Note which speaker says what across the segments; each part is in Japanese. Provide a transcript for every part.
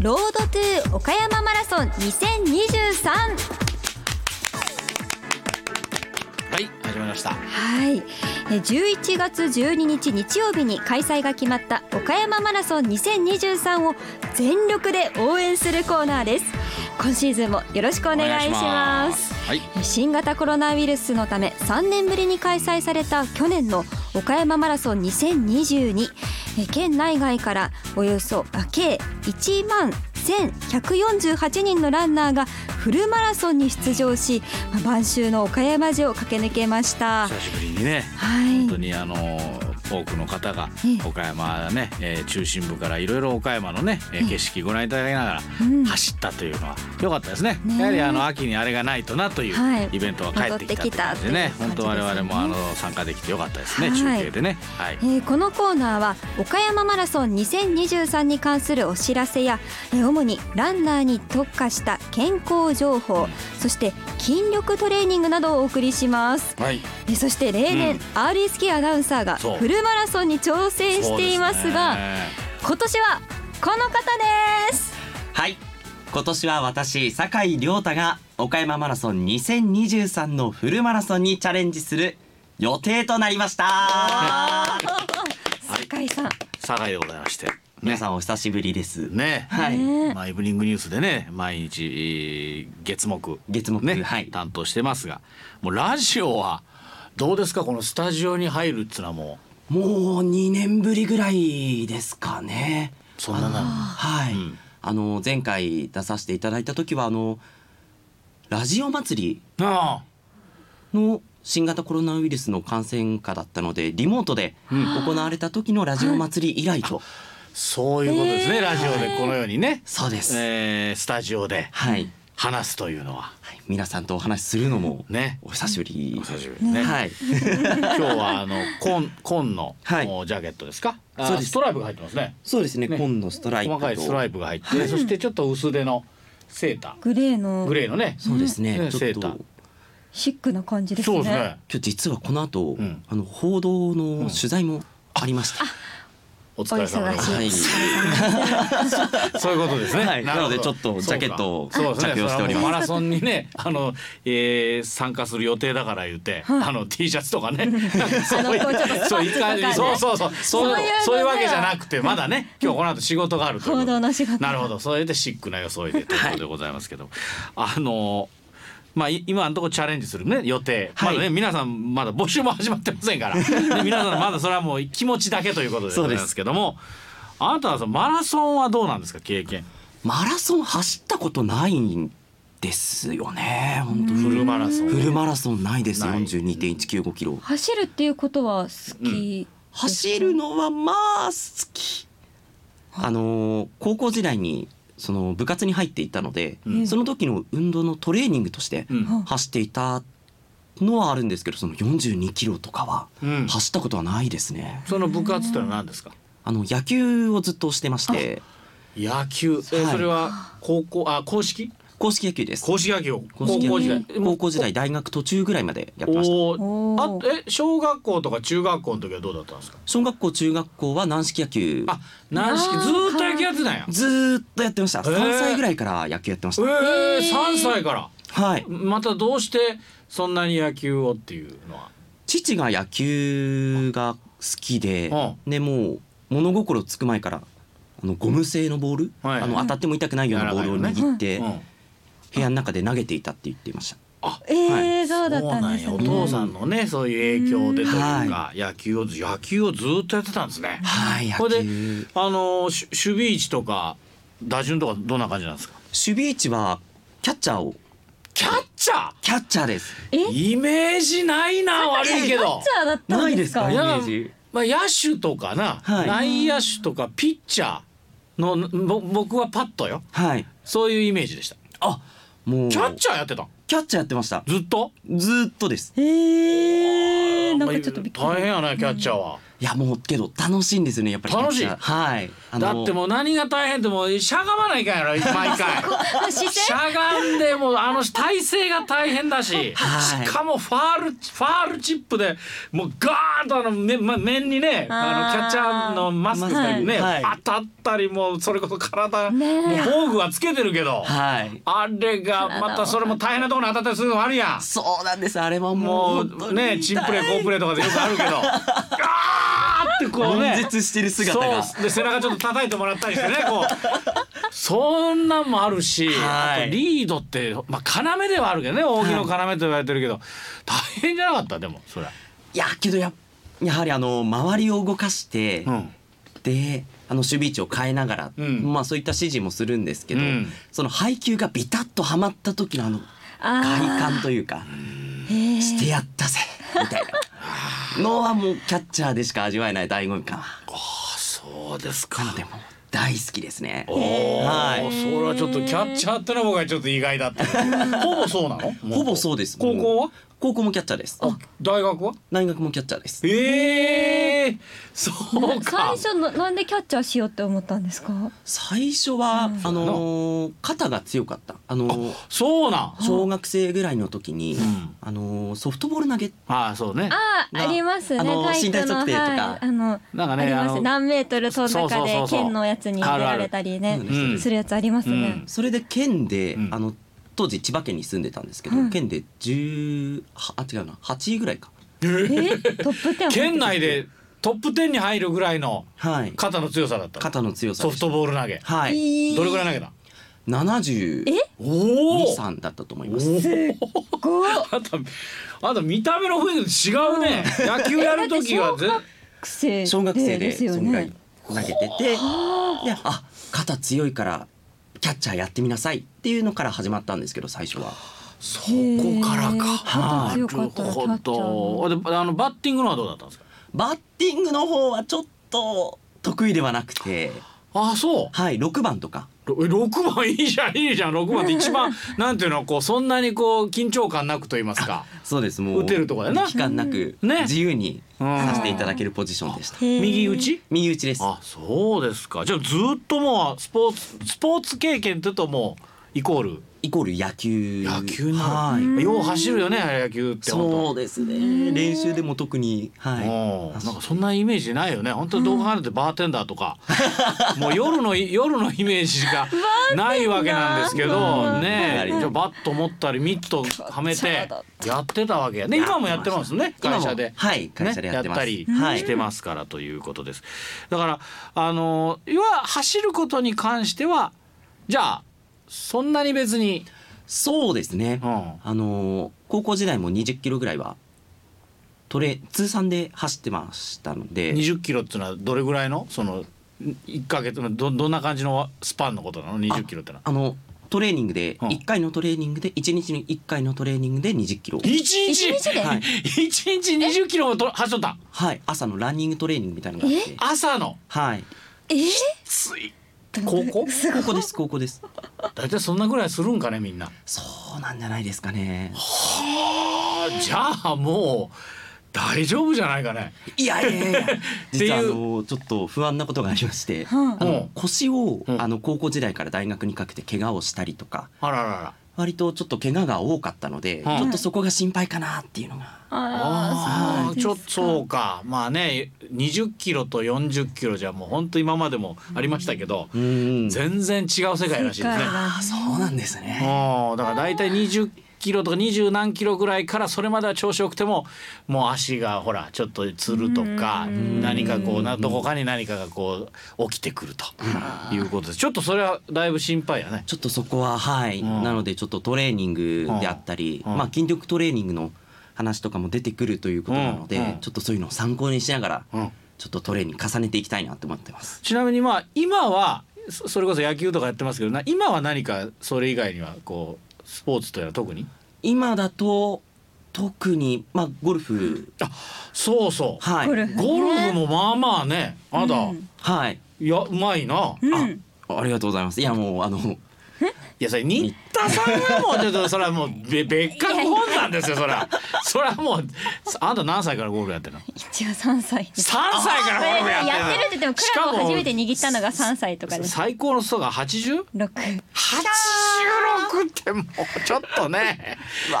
Speaker 1: ロードトゥ岡山マラソン2023
Speaker 2: はい始まりました
Speaker 1: はいえ11月12日日曜日に開催が決まった岡山マラソン2023を全力で応援するコーナーです今シーズンもよろしくお願いします
Speaker 2: はい
Speaker 1: 新型コロナウイルスのため3年ぶりに開催された去年の岡山マラソン2022え県内外からおよそあ計1万1148人のランナーがフルマラソンに出場しまあ晩秋の岡山城を駆け抜けました。
Speaker 2: 久しぶりにね
Speaker 1: はい
Speaker 2: 本当にあの多くの方が
Speaker 1: ええ
Speaker 2: 岡山ね、えー中心部からいろいろ岡山のね、えー景色ご覧いただきなが
Speaker 1: うん
Speaker 2: ら走ったというのは良かったですね、
Speaker 1: ねえ
Speaker 2: やはりあの秋にあれがないとなとい
Speaker 1: はいう
Speaker 2: イベントが帰ってきたって感じでね、
Speaker 1: 戻ってきたっていう感じですね
Speaker 2: 本当我々もあの参加できて良かったですね、
Speaker 1: はい
Speaker 2: 中継でねはい
Speaker 1: えーこのコーナーは岡山マラソン2023に関するお知らせや、えー主にランナーに特化した健康情報そして筋力トレーニングなどをお送りします、
Speaker 2: はい
Speaker 1: えーそして例年、
Speaker 2: うん
Speaker 1: RSK アナウンサーが
Speaker 2: そう
Speaker 1: フルマラソンに挑戦していますが
Speaker 2: そうですね
Speaker 1: 今年はこの方です
Speaker 3: はい今年は私酒井亮太が岡山マラソン2023のフルマラソンにチャレンジする予定となりました、
Speaker 2: はい
Speaker 1: 酒井さん、
Speaker 2: 酒井でございまして
Speaker 3: 皆さんお久しぶりです、
Speaker 2: ね
Speaker 3: はい、
Speaker 1: ね
Speaker 2: まあ、イブニングニュースでね毎日えー月目
Speaker 3: 月目
Speaker 2: ね、
Speaker 3: はい
Speaker 2: 担当してますがもうラジオはどうですかこのスタジオに入るっつうのはも
Speaker 3: もう2年ぶりぐらいですかね
Speaker 2: うそんななの
Speaker 3: はい、
Speaker 2: うん
Speaker 3: あの前回出させていただいた時はあのラジオ祭り
Speaker 2: あ
Speaker 3: の新型コロナウイルスの感染下だったのでリモートで行われた時のラジオ祭り以来と、
Speaker 2: あそういうことですね、
Speaker 1: えー
Speaker 2: ラジオでこのようにね、
Speaker 3: そうです、
Speaker 2: えースタジオで
Speaker 3: はい
Speaker 2: 話すというの は
Speaker 3: はい、皆さんとお話しするのも
Speaker 2: ね
Speaker 3: お久しぶり。
Speaker 2: お久しぶりね、
Speaker 3: はい、
Speaker 2: 今日はあの紺紺の、
Speaker 3: はい
Speaker 2: おジャケットですかあー
Speaker 3: そうです
Speaker 2: ストライプが入ってますね
Speaker 3: そうですね。
Speaker 2: ね
Speaker 3: 今度ストライプ
Speaker 2: 細
Speaker 3: と。
Speaker 2: かいストライプが入って、そしてちょっと薄手のセータ
Speaker 1: グレーの
Speaker 2: ーグレーのね
Speaker 3: そうですね。
Speaker 2: ね
Speaker 3: ちょ
Speaker 2: セ
Speaker 3: っ
Speaker 2: ー
Speaker 3: と
Speaker 2: ター
Speaker 3: 今
Speaker 1: シックな感じですね
Speaker 2: そうですね
Speaker 3: 日実はこの後、
Speaker 2: うん
Speaker 3: あの報道の取材もありました。
Speaker 2: お
Speaker 1: お
Speaker 2: 疲れ様
Speaker 1: 忙
Speaker 2: です
Speaker 1: しい、
Speaker 3: はい
Speaker 2: そういうことですね。
Speaker 3: はい
Speaker 2: るほど
Speaker 3: なのでちょっとジャケットを
Speaker 2: そうか
Speaker 3: 着用しており
Speaker 2: そうですねそれ
Speaker 3: ます
Speaker 2: はもうマラソンにね、あの、えー、参加する予定だから言って、
Speaker 1: はい
Speaker 2: あの T シャツとかね、 そういう
Speaker 1: あのこうちょっとスパッツとかね
Speaker 2: そういい感じ、そうそうそう、そう
Speaker 1: そういうのでは
Speaker 2: そういうわけじゃなくてまだね、今日この後仕事があるということで
Speaker 1: 報道の仕事
Speaker 2: なるほど、それでシックな装いでということでございますけど、あの。まあ、い今のところチャレンジするね予定、
Speaker 3: はい
Speaker 2: まだね皆さんまだ募集も始まってませ んから、ね皆さんまだそれはもう気持ちだけということでございますけどもあなたはさマラソンはどうなんですか経験
Speaker 3: マラソン走ったことないんですよね。本当
Speaker 2: フルマラソン
Speaker 3: フルマラソンないです。
Speaker 2: ない
Speaker 3: 42.195キロ。
Speaker 1: 走るっていうことは好き、
Speaker 3: 走るのはまあ好き。あのー高校時代にその部活に入っていたので、
Speaker 2: うん
Speaker 3: その時の運動のトレーニングとして。
Speaker 2: うん
Speaker 3: 走っていたのはあるんですけどその42キロとかは
Speaker 2: うん
Speaker 3: 走ったことはないですね、
Speaker 2: その部活ってのは何ですか
Speaker 3: あの野球をずっとしてまして
Speaker 2: 野球、えー
Speaker 3: はい
Speaker 2: それは高校あ公式
Speaker 3: 公式野球です
Speaker 2: 公式野球を高
Speaker 3: 公式野球
Speaker 2: 校時代
Speaker 3: 高校時代大学途中ぐらいまでやってました
Speaker 2: お
Speaker 1: お
Speaker 2: おあ
Speaker 1: ー
Speaker 2: え小学校とか中学校の時はどうだったんですか
Speaker 3: 小学校中学校は軟式野球
Speaker 2: あ軟式
Speaker 1: あー
Speaker 2: ずーっと野球やってたんや
Speaker 3: ずーっとやってました
Speaker 2: へー
Speaker 3: 3歳ぐらいから野球やってまし
Speaker 2: え
Speaker 3: た、
Speaker 2: ー、3歳から
Speaker 3: はい
Speaker 2: またどうしてそんなに野球をっていうのは
Speaker 3: 父が野球が好きで
Speaker 2: う
Speaker 3: でもう物心つく前からあのゴム製のボール、
Speaker 2: はい
Speaker 3: あの当たっても痛くないようなボールを握って、
Speaker 2: うん
Speaker 3: 部屋の中で投げていたって言っていました
Speaker 1: えーそうだったんですね
Speaker 2: そうなんやお父さんのねそういう影響でという
Speaker 3: うん
Speaker 2: か、野球を野球をずーっとやってたんですね
Speaker 3: はい野球
Speaker 2: これであのーし守備位置とか打順とかどんな感じなんですか
Speaker 3: 守備位置はキャッチャーを
Speaker 2: キャッチャ
Speaker 3: キャッチャーです。
Speaker 2: ーイメージないな悪いけど
Speaker 1: ピッチャーだったんですか
Speaker 3: ないいです
Speaker 2: や
Speaker 3: かイメージ
Speaker 2: まあ野手とかな、
Speaker 3: は
Speaker 2: 内野手とかピッチャーのぼ僕はパッとよ
Speaker 3: はい。
Speaker 2: そういうイメージでした
Speaker 3: あ、もう
Speaker 2: キャッチャーやってたん
Speaker 3: キャッチャーやってました。
Speaker 2: ずっと
Speaker 3: ずーっとです。
Speaker 1: へえー、なん
Speaker 2: まあ
Speaker 1: かちょっとびっくり
Speaker 2: 大変やねキャッチャーは、
Speaker 3: いやもうけど楽しいんですよねやっぱり
Speaker 2: 楽しい
Speaker 3: はいあ
Speaker 2: だってもう何が大変ってもうしゃがまないかん やろ毎回
Speaker 1: 姿勢
Speaker 2: しゃがんでもうあの体勢が大変だし、
Speaker 3: はい
Speaker 2: しかもファールファールチップでもうガーッとあの面,、ま、面にねあ
Speaker 1: あー
Speaker 2: のキャッチャーのマスクにね、
Speaker 3: はいはい
Speaker 2: 当たったりもうそれこそ体、
Speaker 1: ねえ
Speaker 2: もう防具はつけてるけど、
Speaker 3: はい
Speaker 2: あれがまたそれも大変なところに当たったりするのもあるやん。
Speaker 3: そうなんですあれはも
Speaker 2: も
Speaker 3: う本当
Speaker 2: う
Speaker 3: に
Speaker 2: ねチンプレーコープレーとかでよくあるけどガーってこうね
Speaker 3: 悶絶してる姿が
Speaker 2: そうで背中ちょっと叩いてもらったりしてねこうそんなんもあるし、
Speaker 3: はい
Speaker 2: あとリードって、まあ、要ではあるけどね扇の要と言われてるけど、大変じゃなかったでもそれは、
Speaker 3: いやけどややはりあの周りを動かして、
Speaker 2: うん、
Speaker 3: であの守備位置を変えながら、
Speaker 2: うん
Speaker 3: まあそういった指示もするんですけど、
Speaker 2: うん
Speaker 3: その配球がビタッとはまった時のあの
Speaker 1: あ
Speaker 3: 快
Speaker 1: ー
Speaker 3: 感というか
Speaker 1: へえ
Speaker 3: してやったぜみたい なのはもうキャッチャーでしか味わえない醍醐味かな
Speaker 2: そうです
Speaker 3: なの
Speaker 2: か
Speaker 3: でもう大好きですね
Speaker 2: おお、
Speaker 3: はい
Speaker 2: それはちょっとキャッチャーってのは僕はちょっと意外だったほぼそうなの
Speaker 3: ほぼそうです
Speaker 2: 高校は
Speaker 3: 高校もキャッチャーです
Speaker 2: 大学は
Speaker 3: 大学もキャッチャーです
Speaker 2: ええー、そう
Speaker 1: 最
Speaker 2: か
Speaker 1: 初のなんでキャッチャーしようって思ったんですか
Speaker 3: 最初は、あのー肩が強かったあのー
Speaker 2: そうなん
Speaker 3: 小学生ぐらいの時に、
Speaker 2: ん
Speaker 3: あのーソフトボール投げ
Speaker 2: ああそうね
Speaker 1: ああ
Speaker 3: が
Speaker 1: ありますね
Speaker 3: あの
Speaker 1: 体育
Speaker 3: 身体測定とか
Speaker 1: はい、あの
Speaker 2: なんかね
Speaker 1: あります
Speaker 2: あの
Speaker 1: 何メートル飛んだ
Speaker 2: そ
Speaker 1: か
Speaker 2: うそうそ
Speaker 1: で
Speaker 2: うそう
Speaker 1: 剣のやつに入れられたりね
Speaker 3: あるある
Speaker 2: うん
Speaker 1: するやつありますね、
Speaker 2: うん
Speaker 3: それで県で、
Speaker 2: うん
Speaker 3: あの当時千葉県に住んでたんですけど、
Speaker 1: うん
Speaker 3: 県で10はあ違うな8位ぐらいか
Speaker 1: えトップ10
Speaker 2: 県内でトップ10に入るぐらいの
Speaker 3: はい
Speaker 2: 肩の強さだったの
Speaker 3: 肩の強さ
Speaker 2: ソ
Speaker 3: で
Speaker 2: フ
Speaker 3: す
Speaker 2: トボール投げ
Speaker 3: はい
Speaker 1: い
Speaker 2: どれぐらい投げた
Speaker 3: 72
Speaker 2: おお
Speaker 3: 3だったと思い
Speaker 2: お
Speaker 3: ます
Speaker 1: 五
Speaker 2: あとあと見た目の雰囲気と違うね野球やる時はぜ
Speaker 1: 学生
Speaker 3: 小学生
Speaker 1: で
Speaker 3: です
Speaker 1: よ
Speaker 3: そんぐらい
Speaker 1: ね
Speaker 3: 投げててであ肩強いからキャッチャーやってみなさいっていうのから始まったんですけど最初は
Speaker 2: そこからか
Speaker 1: へー肩強かったらキャッチャー
Speaker 2: なるほどであのバッティングのはどうだったんですか
Speaker 3: バッティングの方はちょっと得意ではなくて
Speaker 2: あそう
Speaker 3: はい6番とか
Speaker 2: ろえ六番いいじゃんいいじゃん六番って一番なんていうのこうそんなにこう緊張感なくと言いますか
Speaker 3: そうですもう
Speaker 2: 打てるとこだよな
Speaker 3: 期間なく
Speaker 2: ね
Speaker 3: 自由に
Speaker 2: うん
Speaker 3: させていただけるポジションでした
Speaker 1: へー
Speaker 2: 右打ち
Speaker 3: 右打ちです
Speaker 2: あそうですかじゃあずっともうスポーツスポーツ経験っていうともうイコール
Speaker 3: イコール野球
Speaker 2: 野球な
Speaker 3: はい
Speaker 2: の、よう走るよねあれ野球って
Speaker 3: そう
Speaker 2: 本
Speaker 3: ですね練習でも特に
Speaker 2: 当
Speaker 3: は
Speaker 2: うんなんか
Speaker 3: い
Speaker 2: そんなイメージないよね本当に動画があるってバーテンダーとかもう夜のい夜のイメージがないわけなんですけどね
Speaker 3: うん
Speaker 2: じゃあバット持ったりミットはめてやってたわけやで
Speaker 3: やってました
Speaker 2: 今もやってますね
Speaker 3: 今
Speaker 2: 会
Speaker 3: も
Speaker 2: 社で。
Speaker 3: はい会社でやってます、
Speaker 2: ね、やった
Speaker 3: は
Speaker 2: り
Speaker 3: い
Speaker 2: してますからということです。だからあのいわ走ることに関してはじゃあそんなに別に、
Speaker 3: そうですね
Speaker 2: うん、
Speaker 3: あのー高校時代も20キロぐらいはトレ通算で走ってましたので
Speaker 2: 20キロっていうのはどれぐらいのその1ヶ月のどどんな感じのスパンのことなの20キロってのは。
Speaker 3: あのトレーニングで
Speaker 2: うん
Speaker 3: 1回のトレーニングで1日に1回のトレーニングで20キロ
Speaker 2: 一日
Speaker 1: 一日で
Speaker 3: はい
Speaker 2: 一日20キロもと走っとった
Speaker 3: はい朝のランニングトレーニングみたいなのがあって
Speaker 2: 朝の
Speaker 3: はい
Speaker 1: えー
Speaker 2: つい
Speaker 1: どんな
Speaker 2: 高 校
Speaker 3: ここですここです
Speaker 2: 大体そんなぐらいするんかねみんな。
Speaker 3: そうなんじゃないですかね
Speaker 2: あじゃあもう大丈夫じゃないかね。
Speaker 3: いやい やいやいや
Speaker 2: ていう
Speaker 3: 実はあのちょっと不安なことがありまし
Speaker 1: は
Speaker 3: て、
Speaker 1: い
Speaker 3: あ
Speaker 2: うん
Speaker 3: の腰を、
Speaker 2: うん
Speaker 3: あの高校時代から大学にかけて怪我をしたりとか
Speaker 2: あららら。
Speaker 3: 割とちょっと怪我が多かったの
Speaker 2: ん
Speaker 3: で、ちょっとそこが心配かなっていうのが
Speaker 1: ああ
Speaker 2: ああちょっとそうかまあね20キロと40キロじゃもう本当今までもありましたけど、
Speaker 3: うん
Speaker 2: 全然違う世界らしいですね。
Speaker 3: あーそうなんですね
Speaker 2: もうだから大体20キロとか20何キロぐらいからそれまでは調子よくてももう足がほらちょっとつるとか何かこうなどこかに何かがこう起きてくるということですちょっとそれはだいぶ心配やね。
Speaker 3: ちょっとそこははい、
Speaker 2: うん
Speaker 3: なのでちょっとトレーニングであったり、
Speaker 2: うん
Speaker 3: まあ筋力トレーニングの話とかも出てくるということなので、
Speaker 2: うんうん
Speaker 3: ちょっとそういうのを参考にしながら、
Speaker 2: うん
Speaker 3: ちょっとトレーニング重ねていきたいなと思ってます
Speaker 2: ちなみにまあ今はそそれこそ野球とかやってますけどな今は何かそれ以外にはこうスポーツというのは特に
Speaker 3: 今だと特にまあゴルフ
Speaker 2: そうそう、
Speaker 3: はい
Speaker 1: ゴルフ
Speaker 2: ゴルフもまあまあねあなた、
Speaker 1: うん
Speaker 3: はい、
Speaker 2: いやうまいな、
Speaker 1: う
Speaker 2: い
Speaker 1: ん
Speaker 3: ありがとうございますいやもうあの
Speaker 2: やそれ新田さんはもうちょっとそれはもうべ別格本なんですよそらそらもうあんた何歳からゴルフやってるの
Speaker 1: 一応三歳で
Speaker 2: 3
Speaker 1: す
Speaker 2: 歳からゴルフやってる
Speaker 1: やってるって言ってもクラブを初めて握ったのが三歳とかです
Speaker 2: 最高の人が 80?86
Speaker 1: 六
Speaker 2: ってもうちょっと ね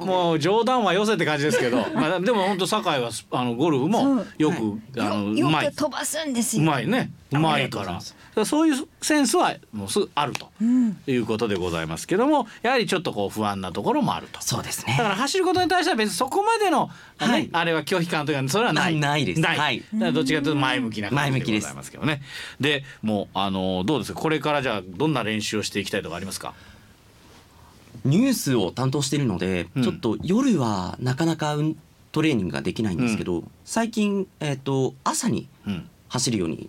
Speaker 2: もう冗談はよせって感じですけど、まあ、でも本当酒井はスあのゴルフ
Speaker 1: そ
Speaker 2: も
Speaker 1: う
Speaker 2: よく、あのう
Speaker 1: よ
Speaker 2: ま
Speaker 1: く
Speaker 2: い
Speaker 1: 飛ばすんです
Speaker 2: う
Speaker 1: よ
Speaker 2: まいねうまいから
Speaker 3: ありがとうござい
Speaker 2: だ
Speaker 3: ま
Speaker 2: からそういうセンスはもうすぐあると、いうことでございますけどもやはりちょっとこう不安なところもあると。
Speaker 3: そうです
Speaker 2: だか
Speaker 3: ね。
Speaker 2: ら走ることに対しては別にそこまでの、ね
Speaker 3: はい
Speaker 2: あれは拒否感というかそれはない
Speaker 3: あないです
Speaker 2: ない、
Speaker 3: はい
Speaker 2: だからどっちかというと前向きな感じ
Speaker 3: 前
Speaker 2: で
Speaker 3: 向き
Speaker 2: ご
Speaker 3: です
Speaker 2: ざいますけどねでもうあのどうですかこれからじゃあどんな練習をしていきたいとかありますか
Speaker 3: ニュースを担当しているので、
Speaker 2: うん
Speaker 3: ちょっと夜はなかなかうんトレーニングができないんですけど、最近えっ、と朝に
Speaker 2: うん
Speaker 3: 走るように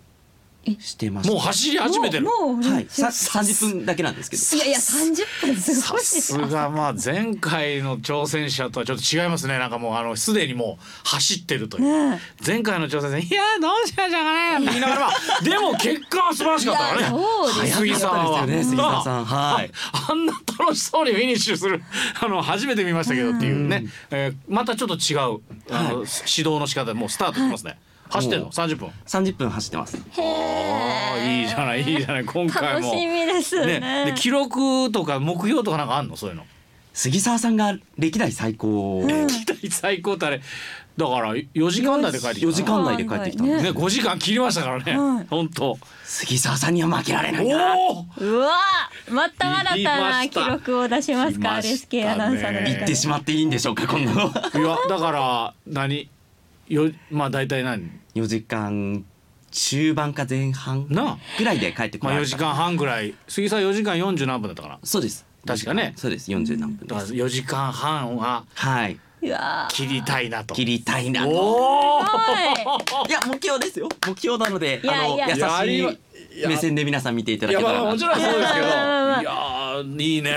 Speaker 3: してまして
Speaker 2: もう走り始めてる
Speaker 1: もうもう
Speaker 3: はい、さ30分だけなんですけど。
Speaker 1: いやいや三十分すご
Speaker 2: さ
Speaker 1: いです
Speaker 2: す
Speaker 1: よ
Speaker 2: がまあ前回の挑戦者とはちょっと違いますねなんかもうあのすでにもう走ってるという、
Speaker 1: ね
Speaker 2: 前回の挑戦者いやーどうしましょうかねって言いながらまあ でも結果は素晴らしかったから
Speaker 1: い
Speaker 2: ね
Speaker 1: やそうですよ
Speaker 2: 杉さんは
Speaker 3: 早かったですよね杉沢さん
Speaker 2: あ
Speaker 3: はい
Speaker 2: ああんな楽しそうにフィニッシュする あの初めて見ましたけどっていうね、えーまたちょっと違うあの、指
Speaker 3: は
Speaker 2: 導の仕方でもうスタートしますね、走ってんの
Speaker 3: もう
Speaker 2: 30分
Speaker 3: 30分走ってます。
Speaker 2: ああいいじゃないいいじゃない今回
Speaker 1: 楽
Speaker 2: も
Speaker 1: しみですね
Speaker 2: ねで記録とか目標とかなんかあんのそう いうの
Speaker 3: 杉沢さんが歴代最高。
Speaker 2: 最高ってあれだから4時間台で帰ってきた
Speaker 3: 4時間内で帰ってきたんです
Speaker 2: ね5時間切りましたからね、
Speaker 1: はい
Speaker 2: 本当
Speaker 3: 杉沢さんには負けられないな。
Speaker 2: おお
Speaker 1: うわまた新た
Speaker 2: 言いま
Speaker 1: な
Speaker 2: した
Speaker 1: 記録を出しますか
Speaker 2: 言いましたね
Speaker 1: RSK アナウンサーの中
Speaker 3: 言ってしまっていいんでしょうか、こんなの。
Speaker 2: いやだから何よまあ大体何
Speaker 3: 4時間中盤か前半
Speaker 2: なあ
Speaker 3: ぐらいで帰ってこ
Speaker 2: まあ
Speaker 3: られ
Speaker 2: 4
Speaker 3: た
Speaker 2: 時間半ぐらい杉さん4時間40何分だったかな
Speaker 3: そうです
Speaker 2: 確かね
Speaker 3: そうです40何分
Speaker 2: だか
Speaker 3: で
Speaker 2: ら
Speaker 3: す
Speaker 2: 4時間半は
Speaker 3: はい
Speaker 1: いや
Speaker 2: 切りたいなと
Speaker 3: 切りたいなと
Speaker 2: おお
Speaker 3: いや目標ですよ目標なので
Speaker 1: いやいや
Speaker 3: あの
Speaker 2: いや
Speaker 3: 優しい目線で皆さん見ていた
Speaker 2: い
Speaker 3: だ
Speaker 2: や
Speaker 3: けた
Speaker 2: まあ
Speaker 3: ら
Speaker 2: まあもちろん
Speaker 3: な
Speaker 2: そうですけどい
Speaker 1: まあまあまあ
Speaker 2: やーいいね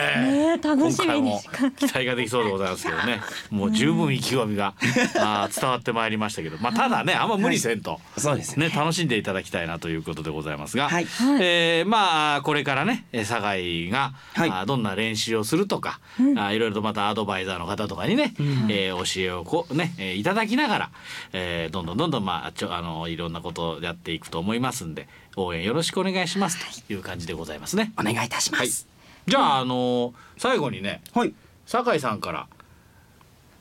Speaker 1: え楽しみにしか
Speaker 2: 今回も期待ができそうでございますけどねもう十分意気込みがあー伝わってまいりましたけどまあただねあんま無理せんと。
Speaker 3: そうですね
Speaker 2: ね、楽しんでいただきたいなということでございますが、
Speaker 3: はい
Speaker 2: えーまあこれからねえー酒井が、
Speaker 3: はい
Speaker 2: あどんな練習をするとか、あいろいろとまたアドバイザーの方とかにね、えー教えをこうね、えーいただきながら、えーどんどんどんどんまあちょあのいろんなことをやっていくと思いますんで応援よろしくお願いしますという感じでございますね。
Speaker 3: お願いいたします
Speaker 2: じゃあ、あのー最後にね
Speaker 3: はい
Speaker 2: 酒井さんから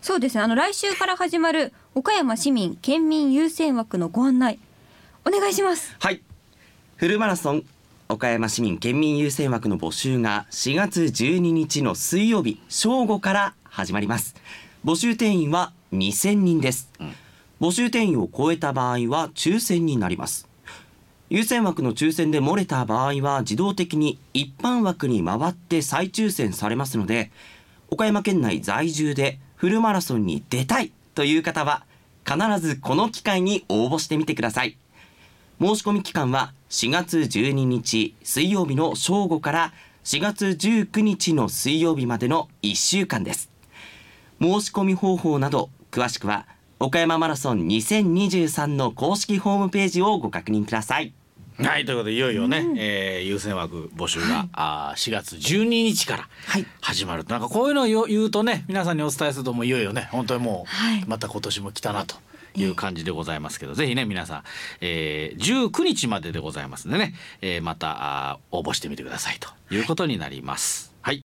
Speaker 1: そうですね。あの来週から始まる岡山市民県民優先枠のご案内お願いします。
Speaker 3: はいフルマラソン岡山市民県民優先枠の募集が4月12日の水曜日正午から始まります募集定員は2000人です、募集定員を超えた場合は抽選になります優先枠の抽選で漏れた場合は自動的に一般枠に回って再抽選されますので岡山県内在住でフルマラソンに出たいという方は必ずこの機会に応募してみてください申し込み期間は4月12日水曜日の正午から4月19日の水曜日までの1週間です申し込み方法など詳しくは岡山マラソン2023の公式ホームページをご確認ください
Speaker 2: はいということでいよいよね、えー優先枠募集が、あー4月12日から
Speaker 3: はい
Speaker 2: 始まると、なんかこういうのをよ言うとね皆さんにお伝えするともういよいよね本当にもう、
Speaker 1: はい
Speaker 2: また今年も来たなと。いう感じでございますけど、ぜひね皆さん、えー、19日まででございますんでね、えーまたあー応募してみてくださいということになります。